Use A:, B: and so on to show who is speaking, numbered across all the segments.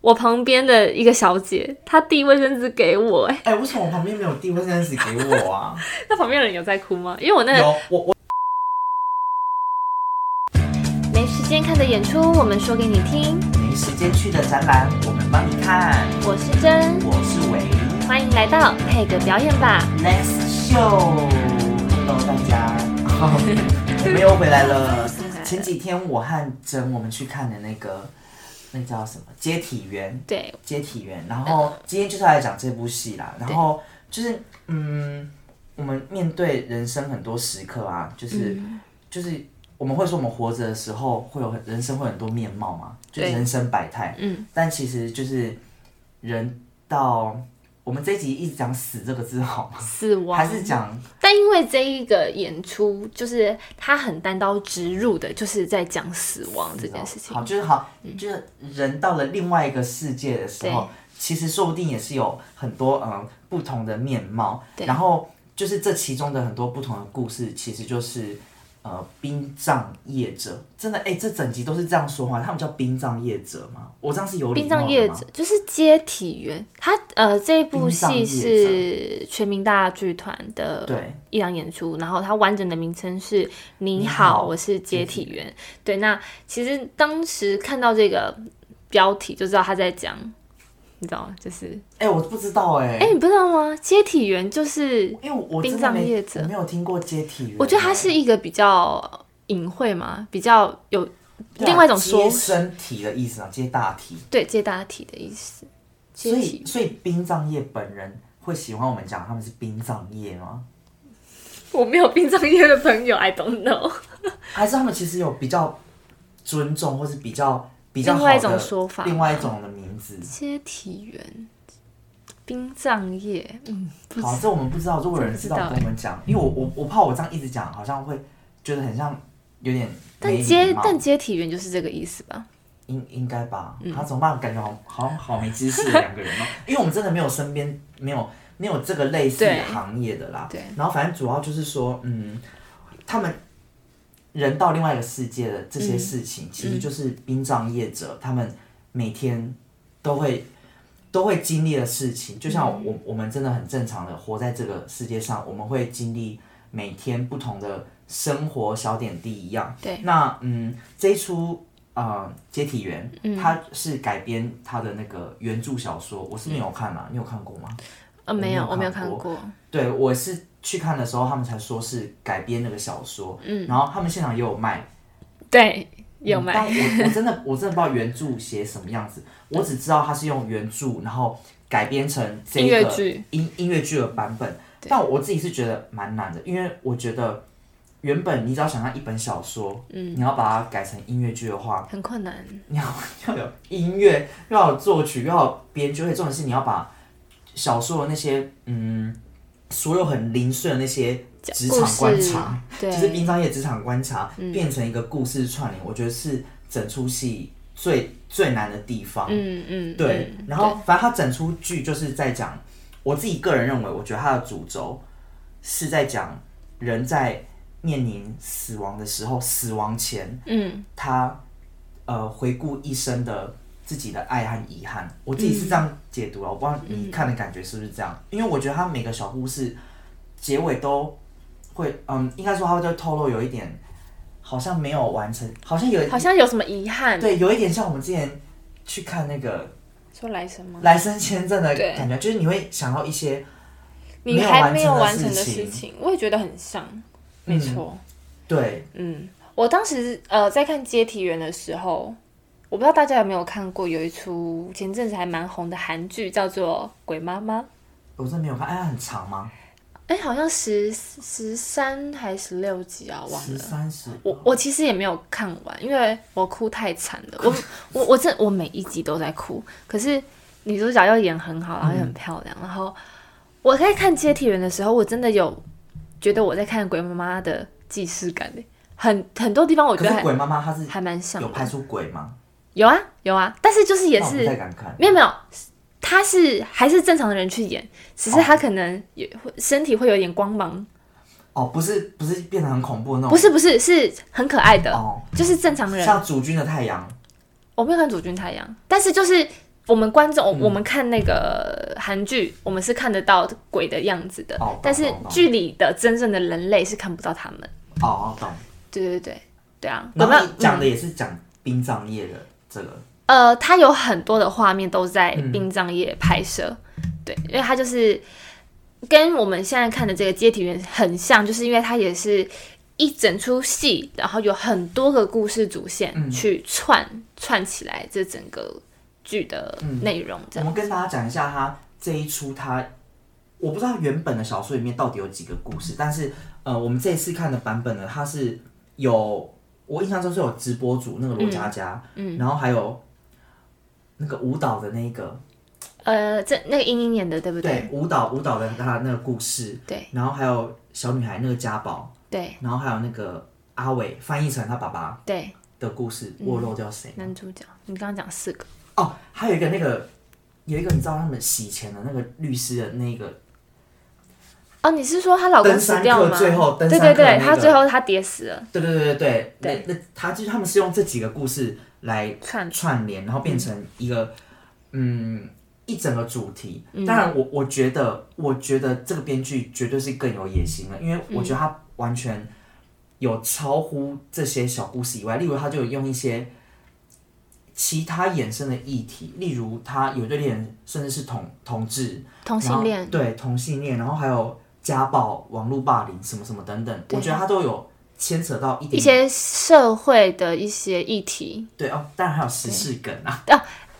A: 我旁边的一个小姐，她递卫生纸给我、 哎，
B: 哎、为什么我旁边没有递卫生纸给我啊？
A: 那旁边的人有在哭吗？因为我那
B: 有，我我
A: 没时间看的演出，我们说给你听。
B: 没时间去的展览，我们帮你看。
A: 我是真，
B: 我是维
A: 欢迎来到配个表演吧。
B: ，Let's show，Hello 大家，我们又回来了。前几天我和珍我们去看的那个，那叫什么接体员，
A: 对，
B: 接体员。然后今天就是要来讲这部戏啦。然后就是嗯，我们面对人生很多时刻啊，就是、就是我们会说我们活着的时候会有很人生会有很多面貌嘛，就是
A: 对
B: 人生百态。
A: 嗯，
B: 但其实就是人到我们这一集一直讲死这个字好吗？
A: 死亡。
B: 还是讲
A: 但因为这一个演出，就是他很单刀直入的，就是在讲死亡这件事情。嗯
B: 好，就是好，就是人到了另外一个世界的时候，其实说不定也是有很多嗯不同的面貌，
A: 对
B: 然后就是这其中的很多不同的故事，其实就是。呃，殡葬业者真的哎、这整集都是这样说话，他们叫殡葬业者吗？我这样是有礼
A: 殡
B: 貌的
A: 葬业
B: 吗
A: 者就是接体员，他呃这部
B: 殡
A: 戏
B: 葬
A: 是全民大剧团的
B: 对，
A: 一档演出，然后它完整的名称是“你
B: 你好
A: 好，我是接体员”。对，那其实当时看到这个标题就知道他在讲，你知道吗？就是
B: 哎、我不知道哎、
A: 哎、你不知道吗？接体员就是
B: 因为我我
A: 殡
B: 真的
A: 葬
B: 没
A: 业者
B: 我没有听过接体员，哎
A: 我觉得它是一个比较隐晦嘛，比较有
B: 对啊
A: 另外一种说
B: 接身体的意思啊，接大体。
A: 对接大体的意思。
B: 所
A: 接
B: 以
A: 体
B: 所以殡葬业本人会喜欢我们讲他们是殡葬业吗？
A: 我没有殡葬业的朋友，I don't know。
B: 还是他们其实有比较尊重，或是比较比较好
A: 另
B: 的
A: 外一种说法
B: 另外一种的名字？
A: 接体员，殡葬业，嗯，不
B: 好，这我们不知道，如果有人知道
A: 这不知道
B: 跟我们讲，因为我我我怕我这样一直讲，好像会觉得很像有点没
A: 但
B: 礼
A: 接
B: 貌。
A: 但嗯接体员就是这个意思吧？
B: 应应该吧？他怎么办？感觉好好好没知识的两个人哦， 因为我们真的没有身边没有没有这个类似
A: 对
B: 行业的啦。
A: 对
B: 然后反正主要就是说，嗯，他们人到另外一个世界的这些事情，其实就是殡葬业者他们每天都会都会经历的事情，就像我、我们真的很正常的活在这个世界上，我们会经历每天不同的生活小点滴一样。
A: 对，
B: 那嗯，这一出呃接体员，它是改编它的那个原著小说，我是没有看啦、啊你有看过吗？
A: 呃，没有，
B: 我
A: 我
B: 没
A: 没
B: 有
A: 有
B: 看
A: 看过。
B: 对，我是去看的时候，他们才说是改编那个小说，嗯，然后他们现场也有卖，
A: 对，有
B: 嗯
A: 卖。
B: 但我我真的我真的不知道原著写什么样子，我只知道它是用原著然后改编成嗯这
A: 音乐
B: 个
A: 剧
B: 音音乐剧的版本，但我自己是觉得蛮难的，因为我觉得原本你只要想象一本小说，嗯，你要把它改成音乐剧的话，
A: 很困难，
B: 你要要有音乐，又要有作曲，又要有编剧，而且重点是你要把小说的那些嗯，所有很零碎的那些职场
A: 故事
B: 观察，
A: 对
B: 就是殡葬业职场观察，变成一个故事串联，我觉得是整出戏最最难的地方。
A: 嗯嗯，
B: 对
A: 嗯，
B: 然后反正他整出剧就是在讲，我自己个人认为，我觉得他的主轴是在讲人在面临死亡的时候，死亡前
A: 嗯，
B: 他呃回顾一生的自己的爱和遗憾，我自己
A: 嗯
B: 是这样解读了，啊我不知道你看的感觉是不是这样，因为我觉得他每个小故事结尾都会，嗯，应该说他就透露有一点好像没有完成，好像有
A: 好像有什么遗憾，
B: 对，有一点像我们之前去看那个
A: 说来什么？
B: 来生签证的
A: 对
B: 感觉，就是你会想到一些
A: 你
B: 有
A: 还没有
B: 完
A: 完
B: 成
A: 成
B: 的
A: 的
B: 事
A: 事情，我也觉得很像，
B: 嗯
A: 没错。
B: 对
A: 嗯，我当时呃在看《接体员》的时候，我不知道大家有没有看过，有一出前阵子还蛮红的韩剧叫做《鬼妈妈》，
B: 我真的没有看，哎，很长吗？
A: 哎，好像十十三还十六集啊，忘
B: 十
A: 了。
B: 三十，
A: 我我其实也没有看完，因为我哭太惨了。我我我真我每一集都在哭，可是女主角又演很好，然后又
B: 嗯
A: 很漂亮，然后我在看《接体人》的时候，我真的有觉得我在看《鬼妈妈》的既视感欸很很多地方我觉
B: 可
A: 得
B: 是
A: 还
B: 鬼妈妈她是
A: 还蛮像的
B: 有。拍出鬼吗？
A: 有啊有啊，但是就是也
B: 那我不
A: 是
B: 太敢看。
A: 没有没有，他是还是正常的人去演，只是他可能也会身体会有点光芒，
B: 哦，不是不是变得很恐怖的那种，
A: 不是不是是很可爱的，
B: 哦，
A: 就是正常人。
B: 像主君的太阳
A: 我没有看《主君太阳》，但是就是我们观众，
B: 嗯
A: 我们看那个韩剧，我们是看得到鬼的样子的
B: 哦懂，
A: 但是
B: 懂懂
A: 剧里的真正的人类是看不到他们。
B: 哦哦懂。
A: 对对对，对啊，
B: 然
A: 有没
B: 后
A: 有
B: 你讲的也是讲殡葬业的这个，
A: 呃，他有很多的画面都在殡葬业拍摄，对，因为他就是跟我们现在看的这个《接体员》很像，就是因为他也是一整出戏，然后有很多个故事主线
B: 嗯
A: 去串、串起来这整个剧的
B: 嗯
A: 内容，这样。
B: 我们跟大家讲一下他这一出他，我不知道他原本的小说里面到底有几个故事，但是呃，我们这一次看的版本呢，它是有我印象中是有直播主那个罗佳佳，嗯，然后还有那个舞蹈的那个，
A: 呃，这那个英英演的对不对？
B: 对，舞蹈舞蹈的他那个故事，
A: 对
B: 然后还有小女孩那个家宝，
A: 对
B: 然后还有那个阿伟翻译成他爸爸
A: 对，
B: 的故事，
A: 嗯
B: 我有漏掉谁？
A: 男主角，你刚刚讲四个，
B: 哦，还有一个那个，有一个你知道他们洗钱的那个律师的那个，
A: 哦，你是说她老公
B: 登
A: 死
B: 山
A: 掉
B: 客
A: 吗？
B: 最后登
A: 对
B: 山
A: 对
B: 客
A: 对，
B: 那
A: 他
B: 个
A: 最后他跌死了，
B: 对对对对
A: 对
B: 对，那那他就是他们是用这几个故事来
A: 串
B: 串联，然后变成一个嗯一整个主题。
A: 嗯
B: 当然我，我觉得我觉得这个编剧绝对是更有野心的，因为
A: 嗯
B: 我觉得他完全有超乎这些小故事以外，例如他就有用一些。其他衍生的议题，例如他有对恋人，甚至是同同志，
A: 同性恋
B: 然后嗯对同性恋，然后还有家暴、网络霸凌什么什么等等，
A: 对
B: 我觉得他都有牵扯到一
A: 一
B: 点
A: 些社会的一些议题。
B: 对哦，当然还有时事梗啊，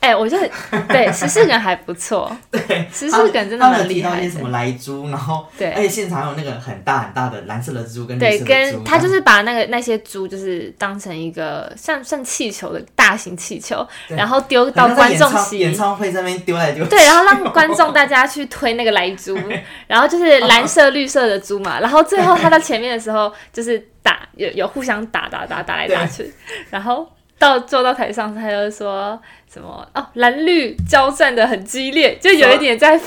A: 哎、我觉得对十四梗还不错，
B: 对，
A: 时
B: 他们
A: 事梗真的
B: 他
A: 蛮
B: 们有提
A: 厉
B: 到
A: 害
B: 一
A: 的
B: 些什么哎来猪，然后
A: 对
B: 而且现场有那个很大很大的蓝色的猪跟绿
A: 对，
B: 色的猪，
A: 跟他就是把那个那些猪就是当成一个像像气球的大型气球，
B: 对
A: 然后丢
B: 然
A: 到
B: 后在
A: 观
B: 演
A: 众
B: 唱
A: 席
B: 演。唱会这边丢来丢去，
A: 对，然后让观众大家去推那个来 猪，然后就是
B: 哦
A: 蓝色、绿色的猪嘛，然后最后他到前面的时候就是打，有有互相打打打打来打去，然后到坐到台上，他就说什么哦，蓝绿交战的很激烈，就有一点在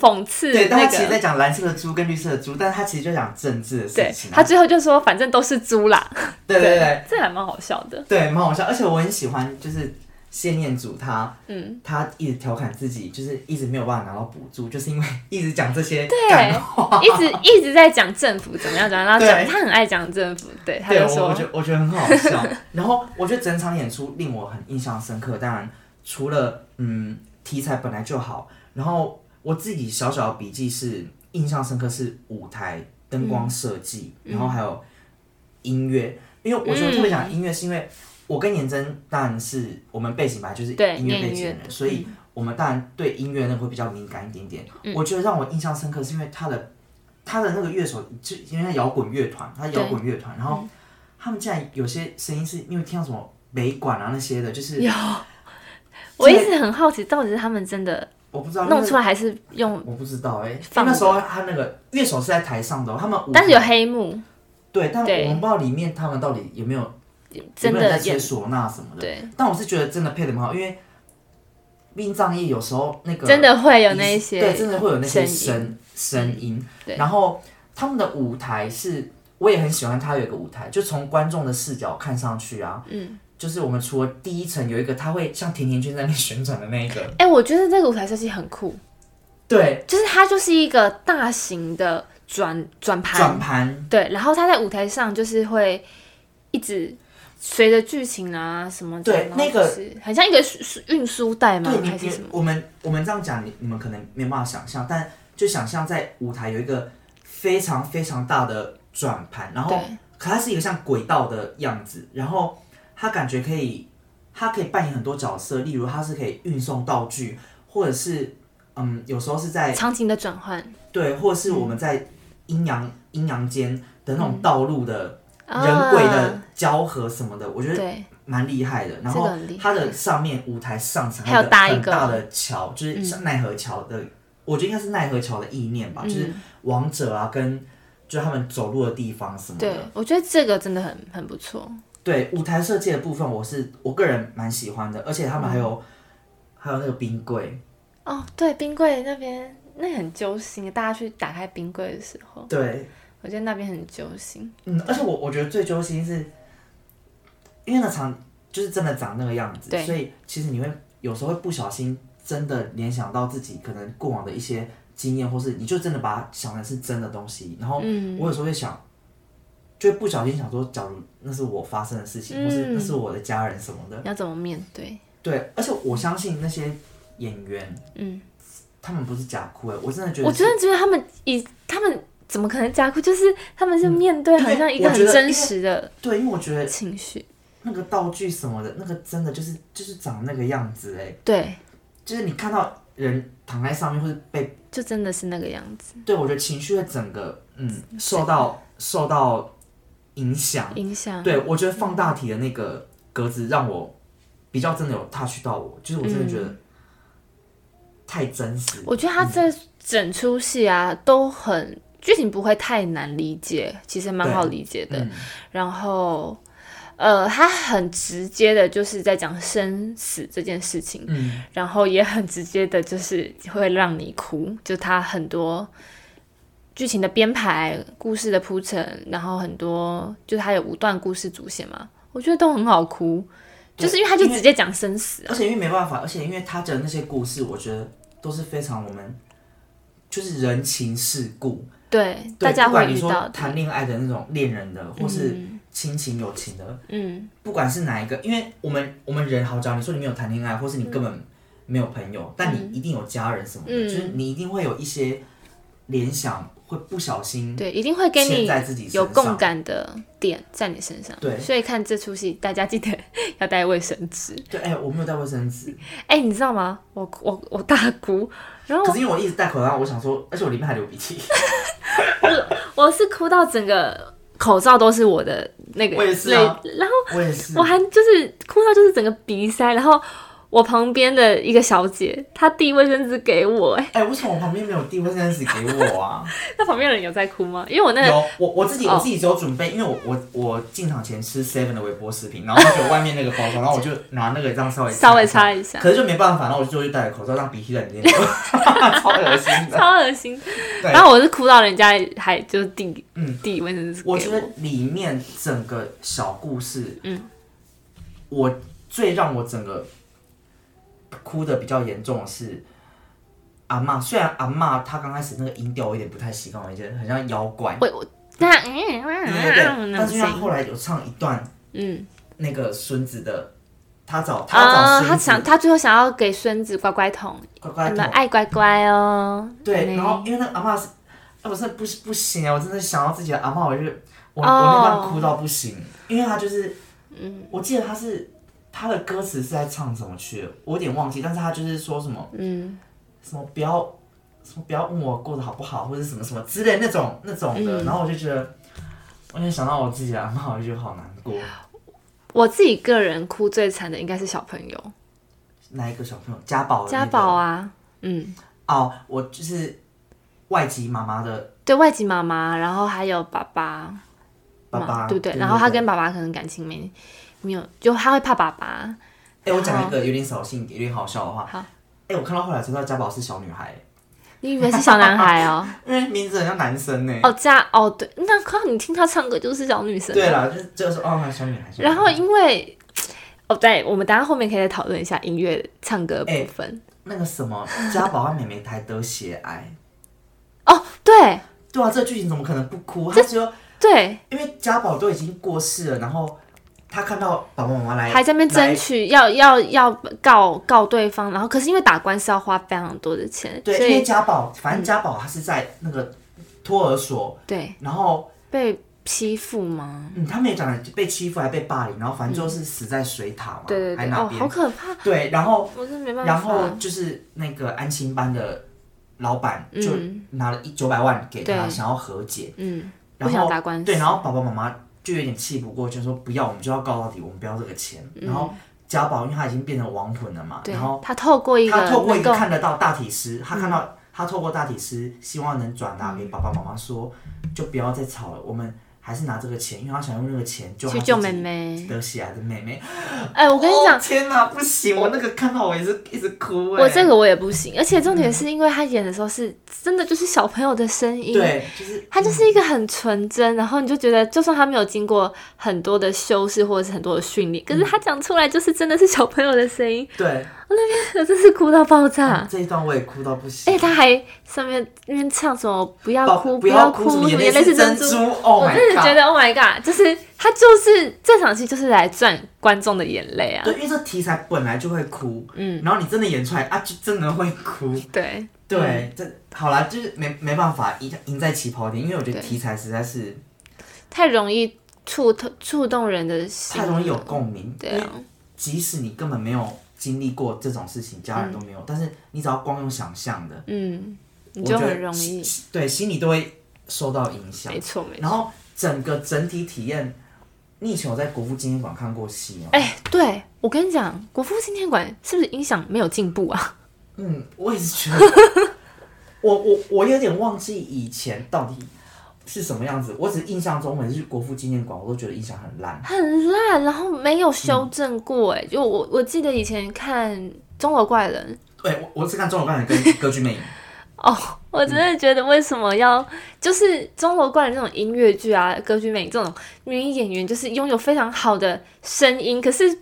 A: 讽刺
B: 对，但
A: 那
B: 他其实在
A: 个。
B: 讲蓝色的猪跟绿色的猪，但是他其实就讲政治的
A: 对
B: 事情
A: 他
B: 啊，
A: 最后就说，反正都是猪啦。
B: 对对对，
A: 这还蛮好笑的。
B: 对，蛮好笑，而且我很喜欢就是谢念祖他。
A: 嗯，
B: 他一直调侃自己，就是一直没有办法拿到补助，就是因为一直讲这些
A: 对
B: 干话。，
A: 一直一直在讲政府怎么样怎么样，然后讲
B: 对
A: 他很爱讲政府，对，他
B: 对，
A: 就
B: 我
A: 说
B: 我觉得我觉得很好笑。然后我觉得整场演出令我很印象深刻。当然，除了嗯题材本来就好，然后我自己小小的笔记是印象深刻是舞台灯
A: 嗯
B: 光设计，然后还有音乐。因为我觉得特
A: 嗯
B: 别讲音乐，是因为我跟妍珍当然是我们背景本来就是
A: 对
B: 音乐
A: 念
B: 背景
A: 音乐嗯
B: 的人，所以我们当然对音乐那个会比较敏感一点点。我觉得让我印象深刻是因为他的他的那个乐手，就因为摇滚乐团，他摇滚乐团，然后他们竟然有些声音是因为听到什么北管啊那些的，就是
A: 有。 我一直很好奇，到底是他们真的
B: 我不知道
A: 弄出
B: 来，
A: 来，还是用？
B: 我不知道哎、欸，因
A: 放
B: 为
A: 的
B: 那时候他那个乐手是在台上的哦，他们舞
A: 但是有黑幕，
B: 对，但
A: 对
B: 我们不知道里面他们到底有没有有
A: 真
B: 没有
A: 的
B: 在吹
A: 演
B: 唢呐什么的，
A: 对，
B: 但我是觉得真的配的蛮好，因为殡葬业有时候那个
A: 真的会有那
B: 仪
A: 一
B: 式
A: 些
B: 对，真的会有那些
A: 声
B: 声声音。
A: 对
B: 然后他们的舞台是，我也很喜欢他有一个舞台，就从观众的视角看上去啊，嗯，就是我们除了第一层有一个，它会像甜甜圈在那里旋转的那一个，
A: 哎、我觉得这个舞台设计很酷，
B: 对，
A: 就是它就是一个大型的转转
B: 转
A: 盘，
B: 盘，
A: 对，然后它在舞台上就是会一直随着剧情啊什么的，
B: 对
A: 然后
B: 那个
A: 就是很像一个输输运输带吗
B: 对，？你
A: 还是
B: 你
A: 什么？
B: 我们我们这样讲，你你们可能没办法想象，但就想象在舞台有一个非常非常大的转盘，然后
A: 对
B: 可它是一个像轨道的样子，然后它感觉可以，它可以扮演很多角色，例如它是可以运送道具，或者是嗯，有时候是在
A: 场景的转换，
B: 对，或者是我们在阴阳阴阳间的那种道路的
A: 啊
B: 人鬼的交合什么的，我觉得
A: 对，
B: 蛮厉害的。然
A: 这
B: 后
A: 个很厉害
B: 它的上面舞台上层
A: 还有
B: 个
A: 搭一
B: 很
A: 个
B: 大的桥，就是像奈何桥的，我觉得应该是奈何桥的意念吧，
A: 嗯
B: 就是王者啊跟就是他们走路的地方什么
A: 对
B: 的。
A: 我觉得这个真的很很不错。
B: 对舞台设计的部分，我是我个人蛮喜欢的，而且他们还有、还有那个冰柜，
A: 哦，对，冰柜那边那很揪心，大家去打开冰柜的时候，
B: 对，
A: 我觉得那边很揪心。
B: 嗯，而且我我觉得最揪心是，因为那场就是真的长那个样子，
A: 对
B: 所以其实你会有时候会不小心真的联想到自己可能过往的一些经验，或是你就真的把它想成是真的东西。然后
A: 嗯
B: 我有时候会想，就会不小心想说，假如那是我发生的事情，或是那是我的家人什么的。
A: 你要怎么面对？
B: 对，而且我相信那些演员，
A: 嗯，
B: 他们不是假哭、欸，我真的觉得
A: 我
B: 是
A: 真的觉得他们以他们怎么可能加哭？就是他们是面对
B: 嗯
A: 好像一
B: 对
A: 个
B: 我
A: 很
B: 觉得
A: 真实的
B: 对，因为我觉得
A: 情绪，
B: 那个道具什么的，那个真的就是就是长那个样子哎、
A: 对，
B: 就是你看到人躺在上面，或是被
A: 就真的是那个样子
B: 对我觉得情绪会整个嗯受到受到影响。
A: 影响。
B: 对我觉得放大题的那个格子让我比较真的有 touch 到我，就是我真的觉得太真实。
A: 我觉得他这整出戏啊都很剧情不会太难理解，其实蛮
B: 对
A: 好理解的。
B: 嗯，
A: 然后，呃，他很直接的就是在讲生死这件事情，
B: 嗯
A: 然后也很直接的就是会让你哭，就他很多剧情的编排、故事的铺陈，然后很多就是他有五段故事主线嘛，我觉得都很好哭，
B: 对
A: 就是因为他就直接讲生死啊，
B: 而且因为没办法，而且因为他的那些故事，我觉得都是非常我们就是人情世故，
A: 对，
B: 对
A: 大家
B: 不管
A: 会
B: 你
A: 遇
B: 说
A: 到
B: 谈
A: 的，
B: 恋爱的那种恋人的，或是亲情友情的，
A: 嗯，
B: 不管是哪一个，因为我们我们人好讲，你说你没有谈恋爱，或是你根本没有朋友，但你一定有家人什么的，
A: 嗯
B: 就是你一定会有一些联想，会不小心
A: 对，一定会给
B: 嵌
A: 你
B: 在自己身上。
A: 有共感的点在你身上，
B: 对
A: 所以看这出戏，大家记得 要带卫生纸。
B: 对，哎、我没有带卫生纸，
A: 哎、你知道吗？我我我大哭，然后
B: 可是因为我一直戴口罩，我想说，而且我里面还流 鼻涕，
A: 我是哭到整个口罩都是我的那个
B: 我也是啊
A: 泪然后
B: 我也是
A: 我。还就是哭到就是整个鼻塞，然后我旁边的一个小姐她递卫生纸给我、哎，
B: 哎、为什么我旁边没有递卫生纸给我啊？
A: 那旁边的人有在哭吗？因为我那个
B: 有，我我自己
A: 哦
B: 我自己只有准备，因为我我我进场前吃 Seven 的微波食品，然后就有外面那个包装，然后我就拿那个这样稍微
A: 稍微
B: 一下
A: 擦一下，
B: 可是就没办法，然后我就就戴着口罩，让鼻涕在里面 流，超恶心的。
A: 超恶心。
B: 对
A: 然后我是哭到人家还就递
B: 嗯
A: 递卫生纸给
B: 我觉得里面整个小故事，
A: 嗯，
B: 我最让我整个哭的比较严重的是阿嬷，虽然阿嬷她刚开始那个音调我有点不太习惯，我觉得很像妖怪，
A: 我我那嗯嗯
B: 对
A: 嗯
B: 对对，
A: 嗯
B: 但
A: 嗯
B: 是因为她后来有唱一段
A: 嗯
B: 那个孙子的，她找她
A: 啊，
B: 找
A: 他
B: 孙子，
A: 想他最后想要给孙子乖乖桶，
B: 乖乖
A: 你们
B: 桶
A: 爱乖乖哦。
B: 对，
A: 嗯
B: 然后因为那个阿嬷是，哎，我真的不是不行啊！我真的想到自己的阿嬷，我就
A: 哦
B: 我、我那段哭到不行，因为她就是，嗯，我记得她是她的歌词是在唱什么去了，我有点忘记，但是她就是说什么
A: 嗯
B: 什么不要什么不要问我过得好不好，或者什么什么之类那种那种
A: 嗯
B: 的，然后我就觉得，我就想到我自己的阿嬷，我就觉得好难过。，
A: 我自己个人哭最惨的应该是小朋友，
B: 哪一个小朋友家宝的哦那
A: 家
B: 个？
A: 宝啊，嗯，
B: 哦，我就是外籍妈妈的
A: 对外籍妈妈，然后还有爸爸
B: 爸爸，
A: 嘛，对不对？然后他跟爸爸可能感情没没有，就他会怕爸爸，
B: 哎、我讲一个有点扫兴、有点好笑的话。
A: 好
B: 哎、我看到后来才知道家宝是小女孩，
A: 你以为是小男孩哦？
B: 因为名字很像男生呢、
A: 哦，家哦，对，那靠你听他唱歌就是小女生，
B: 对啦，就就是哦，小女孩。小女孩
A: 然后因为。哦，对，我们等一下后面可以再讨论一下音乐唱歌部分。
B: 那个什么 家宝和妹妹才得血癌，
A: 哦，对
B: 对啊，这剧情怎么可能不哭？他只有
A: 对，
B: 因为家宝都已经过世了，然后他看到爸爸妈妈来，
A: 还在那边争
B: 来
A: 取要要要告告对方，然后可是因为打官司要花非常多的钱，
B: 对，
A: 所
B: 因为
A: 以
B: 家宝，反正家宝他是在那个托儿所，
A: 对，
B: 然后
A: 被欺负吗？
B: 嗯，他们也讲被欺负还被霸凌，然后反正就是死在水塔嘛，
A: 对对
B: 还
A: 对，
B: 哪
A: 哦，
B: 边、
A: 好可怕，
B: 对，然后
A: 我真没办法。
B: 然后就是那个安亲班的老板就
A: 嗯
B: 拿了一九百万给他，
A: 对
B: 想要和解，
A: 嗯，不
B: 然
A: 想
B: 后
A: 打官司，
B: 对，然后爸爸妈妈就有点气不过，就说不要，我们就要告到底，我们不要这个钱。
A: 嗯
B: 然后家宝因为他已经变成亡魂了嘛，
A: 对
B: 然后
A: 他透过一个嗯
B: 他透过一
A: 能
B: 个
A: 够
B: 看得到大体师，他看到他透过大体师，希望能转达
A: 嗯
B: 给爸爸妈妈说，就不要再吵了，我们还是拿这个钱，因为他想用那个钱救他
A: 去
B: 自
A: 救妹
B: 己 哦
A: 妹。
B: 得血癌的妹妹。
A: 哎，我跟你讲
B: 哦，天哪，不行，我那个看到我也是一直哭哎。
A: 我这个我也不行，而且重
B: 嗯
A: 点是因为他演的时候是真的就是小朋友的声音，
B: 对，就是
A: 他就是一个很纯真，然后你就觉得，就算他没有经过 很多的修饰或者是很多的训练，可是他讲出来就是真的是小朋友的声音，
B: 对，
A: 啊，真是哭到爆炸。
B: 这一段我也哭到不
A: 而
B: 行。
A: 且他还上面那边唱什么“不哎要
B: 宝
A: 哭，
B: 不
A: 要
B: 要
A: 哭”，
B: 什
A: 什
B: 么
A: 么
B: 眼
A: 泪
B: 是
A: 珍
B: 珠。Oh
A: 我
B: my
A: 真的
B: god！
A: 觉得，Oh my god，就是他就是这场戏就是来赚观众的眼泪啊。
B: 对，因为这题材本来就会哭，嗯，然后你真的演出来啊，就真的会哭。
A: 对，
B: 对，
A: 嗯
B: 这好啦，就是没没办法赢赢在起跑点，因为我觉得
A: 对
B: 题材实在是
A: 太容易触动触动人的心，
B: 太容易有。共鸣。
A: 对
B: 因为
A: 啊，
B: 即使你根本没有经历过这种事情，家人都没有，但是你只要光用想象的，
A: 嗯，你
B: 我
A: 就
B: 觉得
A: 很容易，
B: 对心里都会受到影响
A: 没。错没错。
B: 然后整个整体体验，你以前有在国父纪念馆看过戏吗？
A: 哎、对我跟你讲，国父纪念馆是不是音响没有进步啊？
B: 嗯，我也是觉得，我我我有点忘记以前到底是什么样子。我只是印象中每次去国父纪念馆，我都觉得印象很烂。
A: 很烂，然后没有修正过、哎、就我我记得以前看《钟楼怪人
B: 对，我我是看中国怪人跟歌剧 魅影，》，
A: 哦我真的觉得为什么要、就是《钟楼怪人》这种音乐剧啊、歌剧美这种女演员，就是拥有非常好的声音，可是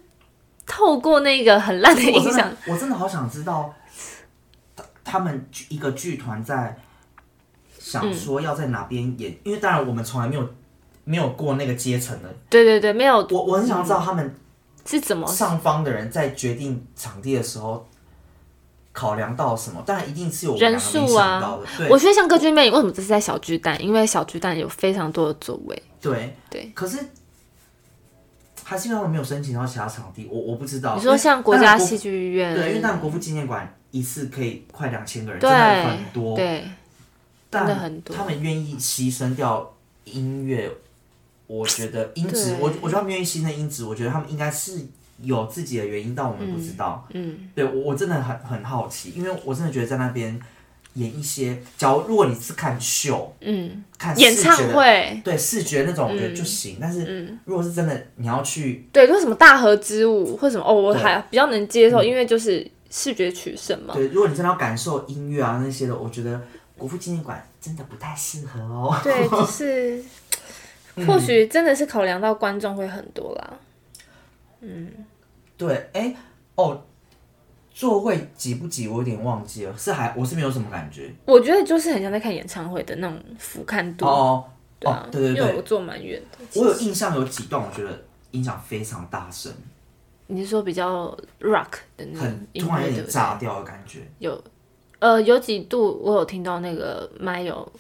A: 透过那个很烂的
B: 我
A: 音
B: 真
A: 响
B: 的，我真的好想知道他他们剧一个剧团
A: 嗯
B: 在想说要在哪边演，因为当然我们从来没有没有过那个阶层的。
A: 对对对，没有
B: 我我很想
A: 嗯
B: 知道他们
A: 是怎么
B: 上方的人在决定场地的时候。考量到什么？当然一定是有我们
A: 人
B: 两个没
A: 数啊
B: 想到的，对，
A: 我觉得像歌剧魅影为什么这是在小巨蛋？因为小巨蛋有非常多的座位。
B: 对
A: 对，
B: 可是还是因为他们没有申请到其他场地，我我不知道。
A: 你说像国
B: 当
A: 家
B: 然
A: 戏剧院，
B: 对，因为但国父纪念馆一次可以快两千个人，
A: 对
B: 真的很多，
A: 对，真
B: 但
A: 的很多
B: 他们愿意牺牲掉音乐，我觉得音质
A: 对，
B: 我我觉得他们愿意牺牲音质，我觉得他们应该是有自己的原因，但我们不知道。
A: 嗯，
B: 对我我真的很很好奇，因为我真的觉得在那边演一些，假如如果你是看秀、
A: 嗯，
B: 看
A: 演
B: 视
A: 唱
B: 觉的
A: 会，嗯
B: 对视觉那种，我觉得就行。但是如果是真的，你要去
A: 对，就是什么大河之舞或者什么哦，我
B: 对嗯
A: 还比较能接受，因为就是视觉取胜嘛。
B: 对，如果你真的要感受音乐啊那些的，我觉得国父纪念馆真的不太适合哦。
A: 对，就是
B: 嗯
A: 或许真的是考量到观众会很多啦。
B: 对，哎、哦，座位挤不挤，我有点忘记了，是还我是没有什么感觉。
A: 我觉得就是很像在看演唱会的那种俯瞰度，
B: 哦
A: 对
B: 哦
A: 啊，，
B: 对对
A: 因为我
B: 对，
A: 坐蛮远的。
B: 我有印象有几段，我觉得音响非常大声，
A: 你是说比较 rock 的那种
B: 很
A: 嗯音
B: 突然
A: 乐，
B: 有
A: 对
B: 点
A: 不对？
B: 炸掉的感觉。
A: 有，呃，有几度我有听到那个麦有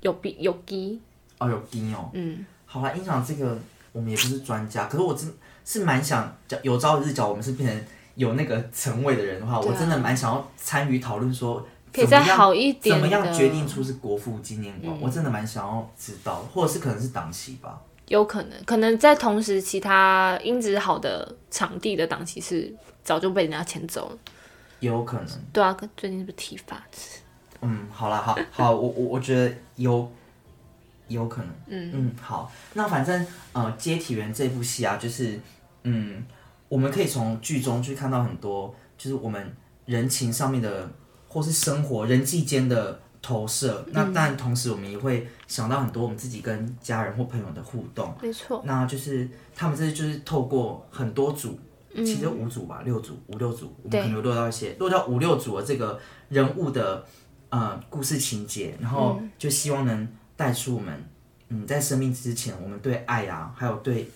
A: 有逼有滴，
B: 哦，有音哦。
A: 嗯，
B: 好啦，音响这个我们也不是专家，可是我真是蛮想，有朝一日脚我们是变成有那个层位的人的话，
A: 对啊
B: 我真的蛮想要参与讨论说，
A: 可以
B: 怎
A: 再
B: 么样
A: 好一点的。嗯
B: 怎么样决定出是国父纪念馆，我真的蛮想要知道，或者是可能是党旗吧。
A: 有可能，可能在同时其他音质好的场地的档期是早就被人家签走了。
B: 也有可能，
A: 对啊，跟最近是不是体罚？
B: 嗯，好啦，好，好，我我我觉得有，有可能，嗯嗯，好，那反正呃，《接体员》这部戏啊，就是嗯，我们可以从剧中去看到很多，就是我们人情上面的，或是生活人际间的投射。那但同时，我们也会想到很多我们自己跟家人或朋友的互动。
A: 没错，
B: 那就是他们这就是透过很多组，其实
A: 嗯
B: 五组吧，六组、五六组，我们可能有落到一些落到五六组的这个人物的呃故事情节，然后
A: 嗯
B: 就希望能带出我们嗯在生命之前我们对爱啊，还有对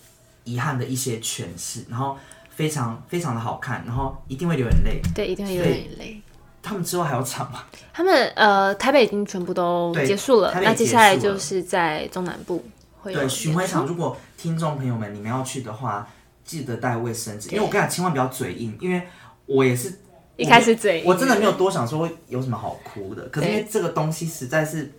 B: 遗憾的一些诠释，然后非常非常的好看，然后一定会流眼泪。
A: 对，一定会有
B: 所以
A: 点累。
B: 他们之后还有场吗？
A: 他们呃，台北已经全部都
B: 对
A: 结束了，
B: 台北
A: 那
B: 也结
A: 接下来
B: 束了
A: 就是在中南部会有
B: 对，巡回
A: 演出
B: 场，如果听众朋友们你们要去的话，记得带卫生纸，因为我跟你讲，千万不要嘴硬，因为我也是
A: 一开始嘴
B: 我真的没有多想说有什么好哭的，可是因为这个东西实在是，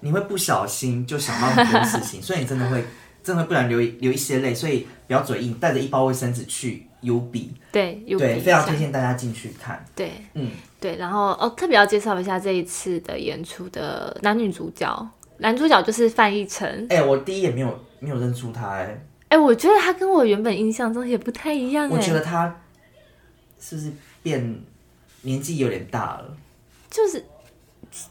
B: 你会不小心就想到很多事情，所以你真的会， 真的会不然流一流一些泪，所以不要嘴硬，带着一包卫生纸去 U B，
A: 对，又比
B: 对，
A: 一
B: 非常
A: 下
B: 推荐大家进去看。
A: 对，
B: 嗯，
A: 对，然后哦，特别要介绍一下这一次的演出的男女主角，男主角就是范逸臣。
B: 哎、我第一眼没有没有认出他、哎，
A: 哎，我觉得他跟我原本印象中也不太一样
B: 我觉
A: 哎，
B: 得他是不是变年纪有点大 了？
A: 就是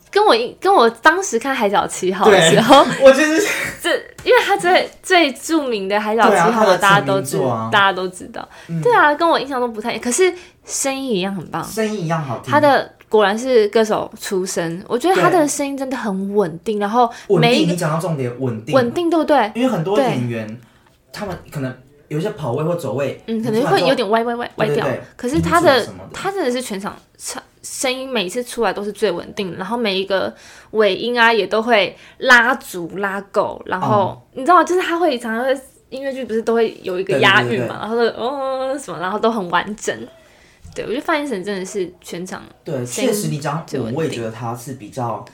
A: 跟我印跟我当时看《海角七号》的
B: 对
A: 时候，
B: 我觉得是
A: 这因为他最最著名的海角七
B: 对啊
A: 号
B: 他的
A: 大家
B: 成
A: 都
B: 名
A: 知，
B: 作啊嗯
A: 大家都知道。对啊，跟我印象中不太一样，可是声音一样很棒。
B: 声音一样好听。
A: 他的果然是歌手出身，我觉得他
B: 对
A: 的声音真的很稳定，然后
B: 稳
A: 每一
B: 定，
A: 个
B: 你讲到重点，稳定，
A: 稳定，对不对？
B: 因为很多
A: 对
B: 演员他们可能有一些跑位或走位，
A: 嗯，可
B: 你
A: 能
B: 突然
A: 会
B: 说
A: 有点歪歪歪歪
B: 对对
A: 掉
B: 对。
A: 可是
B: 停
A: 他
B: 止
A: 的
B: 什么的
A: 他真的是全场唱声音，每一次出来都是最稳定的，然后每一个尾音啊也都会拉足拉够，然后、你知道吗？就是他会常常会音乐剧不是都会有一个
B: 哦对对
A: 押
B: 对对
A: 韵
B: 对
A: 嘛，然后就哦什么，然后都很完整。对，我觉得范逸臣真的是全场嗯
B: 对，
A: 声音
B: 确实你讲
A: 最
B: 舞
A: 稳，
B: 我也
A: 定
B: 觉得他是比较，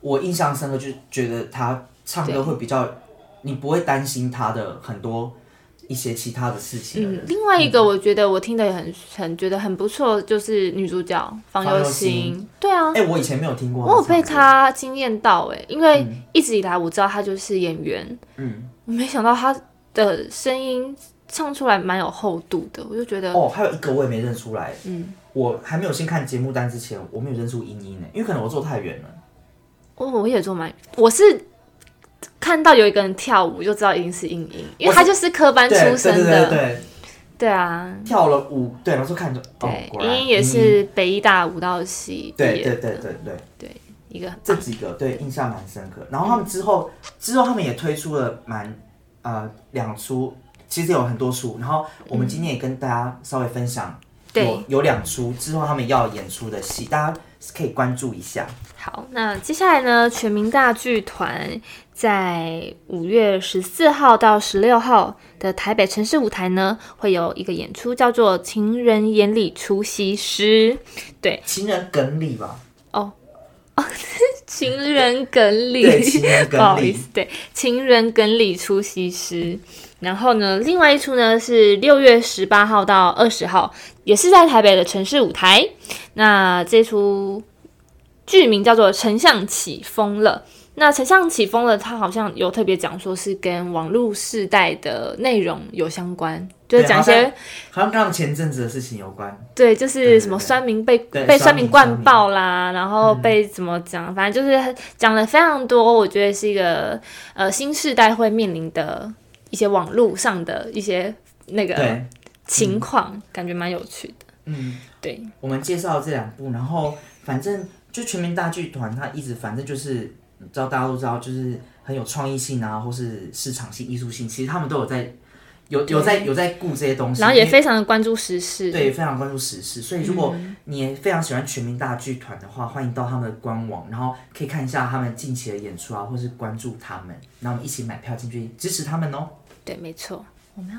B: 我印象深刻，就觉得他唱歌会比较，你不会担心他的很多一些其他的事情的
A: 嗯
B: 人。，
A: 另外一个我觉得我听的也很很觉得很不错，就是女主角方
B: 方
A: 佑
B: 佑
A: 欣
B: 欣，
A: 对啊，
B: 哎、我以嗯前没有听过，
A: 我有被，她惊艳到哎、因为一直以来我知道她就是演员，
B: 嗯，
A: 我没想到她的声音唱出来蛮有厚度的，我就觉得
B: 哦，还有一个我也没认出来，
A: 嗯，
B: 我还没有先看节目单之前，我没有认出英英呢，因为可能我坐太远了。
A: 我哦我也做蛮，我是看到有一个人跳舞就知道一定是英英，因为
B: 我是
A: 她就是科班
B: 对
A: 出
B: 对
A: 身
B: 对
A: 的，
B: 对对，
A: 对啊，
B: 跳了舞，对，然后就看着，哦
A: 对，，
B: 果
A: 英
B: 然嗯
A: 英也，是北医大舞蹈系毕
B: 对
A: 业
B: 对
A: 的，
B: 对对对。
A: 一个很啊
B: 这几个对印象蛮深刻。然后他们之后之后他们也推出了蛮呃两出，其实有很多出。然后我们今天也跟大家稍微分享有，
A: 对
B: 有两出之后他们要演出的戏，大家可以关注一下。
A: 好，那接下来呢？全民大剧团在五月十四号到十六号的台北城市舞台呢，会有一个演出，叫做《情人眼里出西施》。
B: 情人梗里吧，
A: 情人梗
B: 对，
A: 里，
B: 情 人
A: 不好
B: 梗
A: 意
B: 里
A: 思，对，情人梗里出西施。然后呢，另外一出呢是六月十八号到二十号，也是在台北的城市舞台。那这出剧名叫做《丞相起风了》。那《丞相起风了》，它好像有特别讲说是跟网络世代的内容有相关，就是
B: 对
A: 讲一
B: 好像
A: 些
B: 好像跟他们前阵子的事情有关。
A: 对，就
B: 对
A: 是
B: 对
A: 什么
B: 对
A: 酸民被
B: 对
A: 被
B: 酸
A: 酸
B: 民嗯
A: 民灌
B: 酸
A: 爆啦，然后被怎么讲，反正就是讲了非常多，我觉得是一个呃新时代会面临的一些网络上的一些那个
B: 对，
A: 情况，感觉蛮有趣的。
B: 嗯，
A: 对，
B: 我们介绍这两部，然后反正就全民大剧团，它一直反正就是你知道大家都知道，就是很有创意性啊，或是市场性、艺术性，其实他们都有在有有在有在顾这些东西，
A: 嗯然后也
B: 因为
A: 非常的关注时事。
B: 对非常关注时事，所以如果
A: 嗯
B: 你也非常喜欢全民大剧团的话，欢迎到他们的官网，然后可以看一下他们近期的演出啊，或是关注他们，然后我们一起买票进去支持他们哦。
A: 对，没错，我们要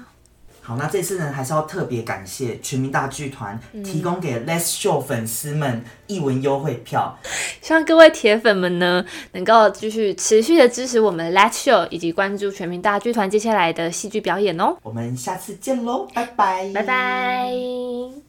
B: 好，那这次呢，还是要特别感谢全民大剧团提供给 Let's Show 粉丝们一文优惠票，
A: 希望各位铁粉们呢，能够继续持续的支持我们的 Let's Show，以及关注全民大剧团接下来的戏剧表演哦。
B: 我们下次见喽，拜拜，
A: 拜。拜。